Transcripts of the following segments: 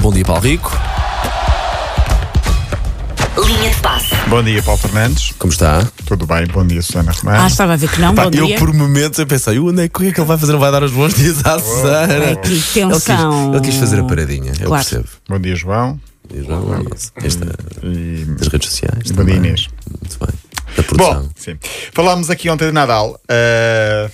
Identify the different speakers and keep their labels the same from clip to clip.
Speaker 1: Bom dia, Paulo Rico.
Speaker 2: Linha de passe.
Speaker 3: Bom dia, Paulo Fernandes.
Speaker 1: Como está?
Speaker 3: Tudo bem? Bom dia, Susana Romano.
Speaker 4: Ah, estava a ver que não,
Speaker 1: Pá,
Speaker 4: bom
Speaker 1: eu
Speaker 4: dia.
Speaker 1: por momentos eu pensei, "Ui, onde é que, o que é que ele vai fazer? Ele vai dar os bons dias à Susana.
Speaker 4: É
Speaker 1: Ele
Speaker 4: que
Speaker 1: quis- Ele,
Speaker 4: tensão.
Speaker 1: Oh. quis, fazer a paradinha, eu
Speaker 4: Claro.
Speaker 1: percebo.
Speaker 3: Bom dia, João.
Speaker 1: E já, esta,
Speaker 3: E
Speaker 1: das redes sociais.
Speaker 3: Bom
Speaker 1: também.
Speaker 3: dia, Inês.
Speaker 1: Muito bem. Da produção.
Speaker 3: Bom, sim. Falámos aqui ontem de Nadal. eh,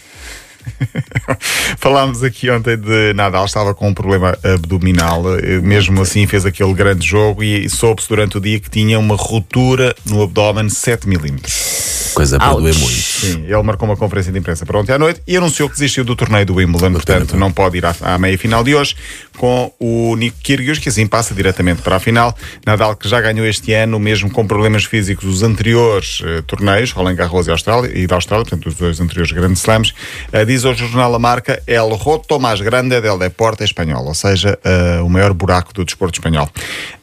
Speaker 3: Falámos aqui ontem de Nadal, estava com um problema abdominal, eh, mesmo assim fez aquele grande jogo e soube-se durante o dia que tinha uma ruptura no abdômen 7 milímetros.
Speaker 1: Coisa para
Speaker 4: Ouch.
Speaker 1: doer muito.
Speaker 3: Sim, ele marcou uma conferência de imprensa para ontem à noite e anunciou que desistiu do torneio do Wimbledon, portanto não pode ir à, à meia-final de hoje com o Nico Kyrgios, que assim passa diretamente para a final. Nadal, que já ganhou este ano, mesmo com problemas físicos, os anteriores eh, torneios, Roland Garros e, Austrália, e da Austrália, portanto os dois anteriores Grand Slams, eh, diz hoje o jornal A Marca, El roto mais grande del deporte espanhol, ou seja, eh, o maior buraco do desporto espanhol.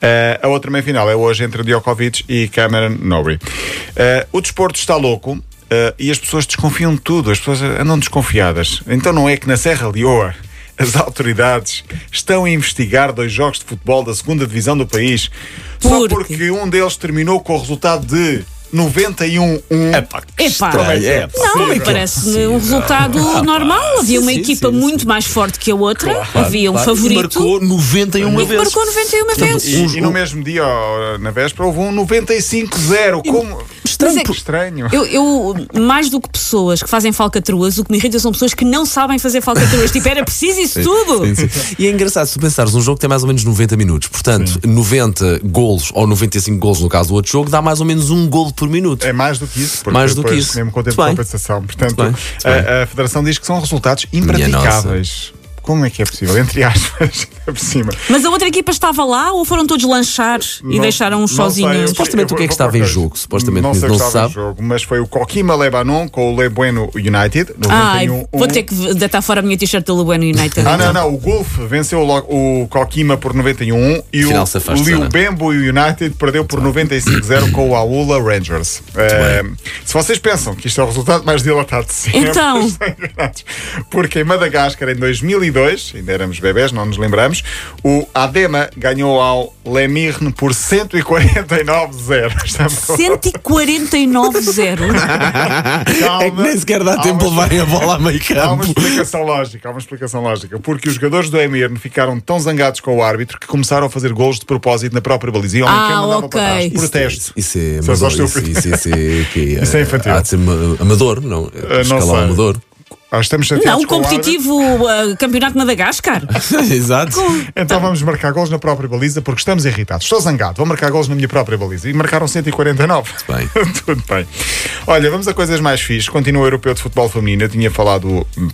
Speaker 3: Eh, a outra meia-final é hoje entre Djokovic e Cameron Norrie. Eh, o desporto está louco, Uh, e as pessoas desconfiam de tudo, as pessoas andam desconfiadas. Então não é que na Serra Leoa as autoridades estão a investigar dois jogos de futebol da segunda divisão do país só
Speaker 4: Por quê?
Speaker 3: porque um deles terminou com o resultado de 91-1.
Speaker 4: Epá,
Speaker 1: é pá.
Speaker 4: não,
Speaker 1: Sim,
Speaker 4: parece-me
Speaker 1: claro. Ah,
Speaker 4: um resultado normal. Havia uma
Speaker 1: sim,
Speaker 4: equipa
Speaker 1: sim,
Speaker 4: muito mais forte que a outra, havia um
Speaker 1: Claro, e
Speaker 4: favorito
Speaker 1: Marcou 91
Speaker 4: e que
Speaker 1: vezes.
Speaker 4: marcou 91 vezes.
Speaker 3: E, e no mesmo dia, ó, na véspera, houve um 95-0. Como...
Speaker 4: Estranho,
Speaker 3: Que estranho.
Speaker 4: Eu, eu, mais do que pessoas que fazem falcatruas, o que me irrita são pessoas que não sabem fazer falcatruas. tipo, era preciso isso tudo.
Speaker 1: Sim, sim. E é engraçado, se tu pensares, um jogo que tem mais ou menos 90 minutos, portanto, 90 golos ou 95 golos no caso do outro jogo, dá mais ou menos um golo por minuto.
Speaker 3: É mais do que isso, porque
Speaker 1: Mais do
Speaker 3: depois
Speaker 1: que isso.
Speaker 3: mesmo com o tempo
Speaker 1: Muito
Speaker 3: de
Speaker 1: bem.
Speaker 3: compensação. Portanto,
Speaker 1: Muito bem, muito
Speaker 3: a, a Federação diz que são resultados impraticáveis. Como é que é possível? Entre aspas, ainda por cima.
Speaker 4: Mas a outra equipa estava lá ou foram todos lanchar e um
Speaker 3: Não-
Speaker 4: deixaram-os
Speaker 3: não sei, eu-
Speaker 4: sozinhos?
Speaker 1: Supostamente
Speaker 3: eu
Speaker 1: o que é que
Speaker 3: vou- vou
Speaker 1: estava em
Speaker 3: procurar.
Speaker 1: jogo? Supostamente
Speaker 3: não sei o
Speaker 1: não
Speaker 3: que
Speaker 1: se
Speaker 3: estava em
Speaker 1: sabe.
Speaker 3: jogo, mas foi o Coquimba Lebanon com o Lebueno United. 91
Speaker 4: Ai, Ah, vou ter que deitar fora a minha t-shirt da Lubueno United.
Speaker 3: um. Ah, não, não. O Golf venceu logo o Coquima por 91 e
Speaker 1: Afinal,
Speaker 3: o
Speaker 1: safaste,
Speaker 3: Liu
Speaker 1: Ana.
Speaker 3: Bembo e o United perdeu por 95-0 com o Aula Rangers. Eh, se vocês pensam que isto é o resultado mais dilatado de sempre,
Speaker 4: Então.
Speaker 3: estão enganados. porque em Madagascar, em 2002, ainda éramos bebés, não nos lembramos, o Adema ganhou ao Lemirne por 149-0. Estamos a
Speaker 4: 149-0.
Speaker 3: Calma.
Speaker 1: É que nem sequer
Speaker 3: Há
Speaker 1: dá
Speaker 3: uma
Speaker 1: tempo de levarem a bola a meio
Speaker 3: Há uma
Speaker 1: campo.
Speaker 3: explicação lógica, há uma explicação lógica. Porque os jogadores do Emirne ficaram tão zangados com o árbitro que começaram a fazer gols de propósito na própria baliza. E olha
Speaker 4: Ah,
Speaker 3: quem mandava para trás.
Speaker 4: ok.
Speaker 3: Protesto.
Speaker 1: Isso é
Speaker 3: Isso é só
Speaker 1: amador. Isso,
Speaker 3: estúpido.
Speaker 1: isso, isso é, que,
Speaker 3: Isso é infantil.
Speaker 1: Há de ser ma- amador, não?
Speaker 3: não
Speaker 1: Escalão
Speaker 3: sei.
Speaker 1: amador.
Speaker 3: Ah, estamos chateados
Speaker 4: Não, o
Speaker 3: com o árbitro.
Speaker 4: competitivo ah, campeonato de Madagascar.
Speaker 1: Exato.
Speaker 3: Então vamos marcar gols na própria baliza porque estamos irritados. Estou zangado, vou marcar gols na minha própria baliza. E marcaram 149.
Speaker 1: bem.
Speaker 3: Tudo bem. Olha, vamos a coisas mais fixes. Continua o Europeu de Futebol Feminino. Eu tinha falado. hum,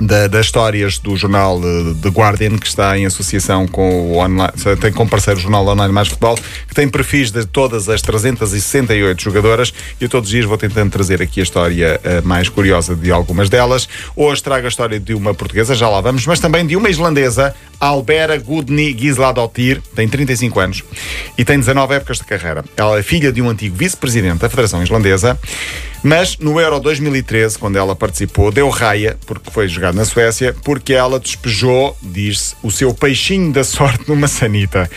Speaker 3: da- das histórias do jornal eh, The Guardian, que está em associação com o online, tem como parceiro o jornal online mais futebol, que tem perfis de todas as 368 jogadoras e eu todos os dias vou tentando trazer aqui a história eh, mais curiosa de algumas delas. Hoje trago a história de uma portuguesa, já lá vamos, mas também de uma islandesa, Albera Gudni Gisladottir, tem 35 anos e tem 19 épocas de carreira. Ela é filha de um antigo vice-presidente da Federação Islandesa, mas no Euro 2013, quando ela participou, deu raia, porque foi jogado na Suécia, porque ela despejou, diz-se, o seu peixinho da sorte numa sanita,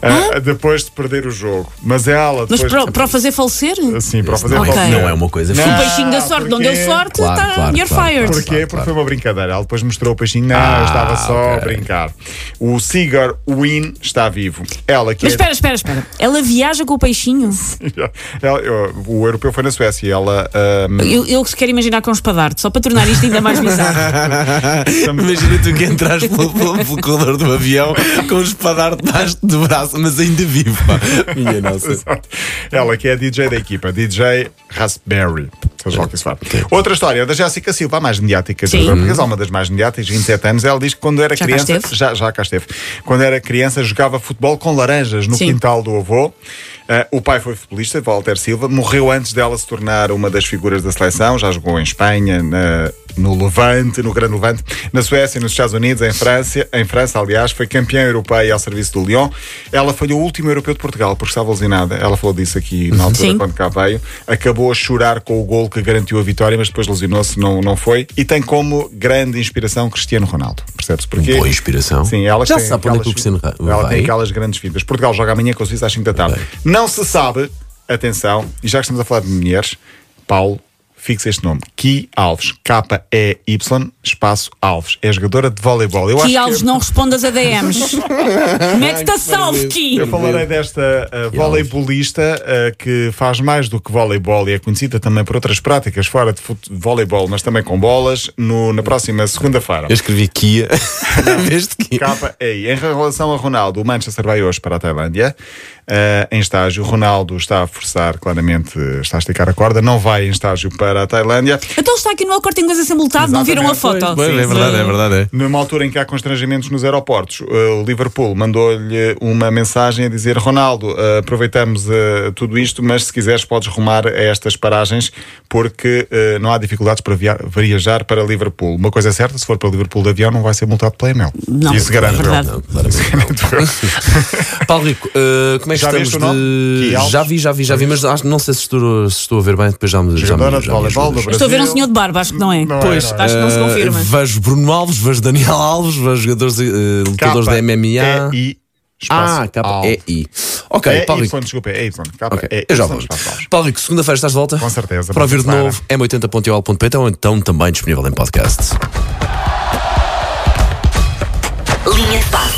Speaker 3: ah, depois de perder o jogo. Mas ela
Speaker 4: Mas
Speaker 3: depois...
Speaker 4: para, para o fazer falecer?
Speaker 3: Sim, para fazer
Speaker 4: Ok.
Speaker 3: falta.
Speaker 1: Não é uma coisa
Speaker 3: Não.
Speaker 4: O
Speaker 1: fixe.
Speaker 4: peixinho da sorte não deu
Speaker 3: porque-
Speaker 4: sorte,
Speaker 1: Claro,
Speaker 4: tá,
Speaker 1: claro,
Speaker 4: you're
Speaker 1: claro,
Speaker 4: fired.
Speaker 1: claro.
Speaker 3: Porquê? Porque foi uma brincadeira. Ela depois mostrou o peixinho. Não,
Speaker 1: Ah,
Speaker 3: eu estava só
Speaker 1: ok.
Speaker 3: a brincar. O Sigar Win está vivo. Ela que
Speaker 4: Mas
Speaker 3: é-
Speaker 4: espera, espera, espera. Ela viaja com o peixinho?
Speaker 3: Ela- eu- o europeu foi na Suécia e ela. ahm,
Speaker 4: Eu, eu quero imaginar com um espadardo, só para tornar isto ainda mais bizarro.
Speaker 1: Imagina tu que entras pelo, pelo, pelo corredor de um avião com um espadar debaixo do braço, mas ainda vivo. pá. Minha nossa.
Speaker 3: ela que é a DJ da equipa, DJ Raspberry. Seja lá o que isso for. Outra história da Jéssica Silva, a mais mediática
Speaker 4: Sim.
Speaker 3: jogadora portuguesa, é uma das mais mediáticas, 27 anos. Ela diz que quando era
Speaker 4: Já cá
Speaker 3: criança.
Speaker 4: esteve?
Speaker 3: Já, já cá esteve. Quando era criança, jogava futebol com laranjas no
Speaker 4: Sim.
Speaker 3: quintal do avô. Ah, o pai foi futebolista, Walter Silva, morreu antes dela se tornar uma das figuras da seleção. Já jogou em Espanha, na- no Levante, no Grande Levante, na Suécia, nos Estados Unidos, em França. Em França, aliás, foi campeã europeia ao serviço do Lyon. Ela foi o último europeu de Portugal, porque estava lesionada. Ela falou disso aqui na altura,
Speaker 4: Uhum. Sim.
Speaker 3: quando cá veio. Acabou a chorar com o gol que garantiu a vitória, mas depois lesionou-se, não, não foi. E tem como grande inspiração Cristiano Ronaldo. percebe-se porquê.
Speaker 1: Boa inspiração.
Speaker 3: Sim, ela
Speaker 1: Já
Speaker 3: tem
Speaker 1: se sabe para onde é que o
Speaker 3: aquelas-
Speaker 1: Cristiano Ra-
Speaker 3: Ela
Speaker 1: vai?
Speaker 3: tem aquelas grandes fitas. Portugal joga amanhã com a Suíça às 5 da tarde.
Speaker 1: Ok.
Speaker 3: Não se sabe, atenção, e já que estamos a falar de mulheres, Paulo, fixe este nome: Ki Alves, K-E-Y, espaço Alves. É jogadora de voleibol. Eu
Speaker 4: Que
Speaker 3: acho
Speaker 4: Alves
Speaker 3: que é-
Speaker 4: não respondas a DMs. Mete-te a salve, Ki.
Speaker 3: Eu falarei desta uh, voleibolista uh, que faz mais do que voleibol e é conhecida também por outras práticas fora de fute- voleibol, mas também com bolas, no- na próxima segunda-feira.
Speaker 1: Eu escrevi Kia. Veste Kia.
Speaker 3: Capa aí. Em relação a Ronaldo, o Manchester vai hoje para a Tailândia eh, em estágio. Ronaldo está a forçar, claramente, está a esticar a corda, não vai em estágio para a Tailândia.
Speaker 4: Então está aqui no El Corte Inglês assemblado, não viram a
Speaker 3: Exatamente,
Speaker 4: foto.
Speaker 1: Pois, é verdade, é verdade. é.
Speaker 3: Numa altura em que há constrangimentos nos aeroportos, eh, o Liverpool mandou-lhe uma mensagem a dizer: Ronaldo, eh, aproveitamos eh, tudo isto, mas se quiseres podes rumar a estas paragens porque eh, não há dificuldades para via- viajar para Liverpool. Uma coisa é certa: se for para Liverpool de avião, não vai ser multado pela EML.
Speaker 4: Não,
Speaker 3: Isso garanto.
Speaker 4: é verdade.
Speaker 3: eu.
Speaker 1: Não, claramente.
Speaker 3: Garanto eu.
Speaker 1: Paulo Rico, eh, como é que
Speaker 3: Já
Speaker 1: estamos
Speaker 3: viste o nome?
Speaker 1: de.
Speaker 3: Kia Alves?
Speaker 1: Já vi, já vi, já vi, mas acho- não sei se estou, se estou a ver bem, depois já me. Já me,
Speaker 3: Jogadora de
Speaker 1: já me
Speaker 3: voleibol do
Speaker 1: ajudas.
Speaker 3: Brasil.
Speaker 4: Estou a ver um senhor de barba, acho que não é.
Speaker 3: Não é,
Speaker 1: Pois,
Speaker 3: não
Speaker 4: Acho que não se
Speaker 1: eh,
Speaker 4: confirma.
Speaker 1: vejo Bruno Alves, vejo Daniel Alves, vejo jogadores, eh, lutadores da MMA.
Speaker 3: E
Speaker 1: Ah,
Speaker 3: E.
Speaker 1: K-E-I. Ok, Paulo
Speaker 3: É
Speaker 1: Rico.
Speaker 3: Y, desculpa, é Y. Capa
Speaker 1: Ok,
Speaker 3: é
Speaker 1: eu já
Speaker 3: Y,
Speaker 1: vou.
Speaker 3: espaço alto.
Speaker 1: Paulo Rico, segunda-feira estás de volta?
Speaker 3: Com certeza,
Speaker 1: Para ouvir de
Speaker 3: para a
Speaker 1: novo, m80.ol.pt ou então também disponível em podcast.
Speaker 2: Linha de passe.